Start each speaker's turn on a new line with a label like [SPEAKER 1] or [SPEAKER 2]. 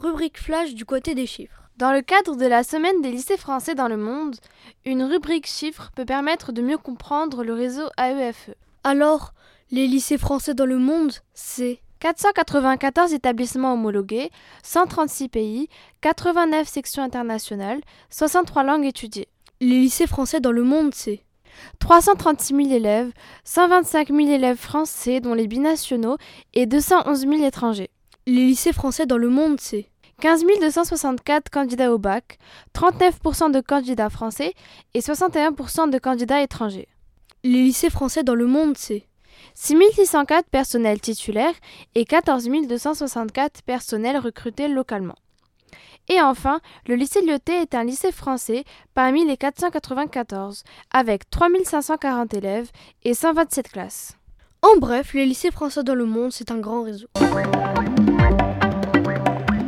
[SPEAKER 1] camouflage du côté des chiffres.
[SPEAKER 2] Dans le cadre de la semaine des lycées français dans le monde, une rubrique chiffres peut permettre de mieux comprendre le réseau E AEFE.
[SPEAKER 1] Alors, les lycées français dans le monde, c'est
[SPEAKER 2] 494 établissements homologués, 136 pays, 89 sections internationales, 63 langues étudiées,
[SPEAKER 1] les lycées français dans le monde, c'est
[SPEAKER 2] 336 000 élèves, 125 000 élèves français dont les binationaux et 211 000 étrangers,
[SPEAKER 1] les lycées français dans le monde, c'est
[SPEAKER 2] 15 264 candidats au bac, 39% de candidats français et 61% de candidats étrangers,
[SPEAKER 1] les lycées français dans le monde, c'est
[SPEAKER 2] 6 604 personnels titulaires et 14 264 personnels recrutés localement. Et enfin, le lycée Lyoté est un lycée français parmi les 494, avec 3540 élèves et 127 classes.
[SPEAKER 1] En bref, les lycées français dans le monde, c'est un grand réseau.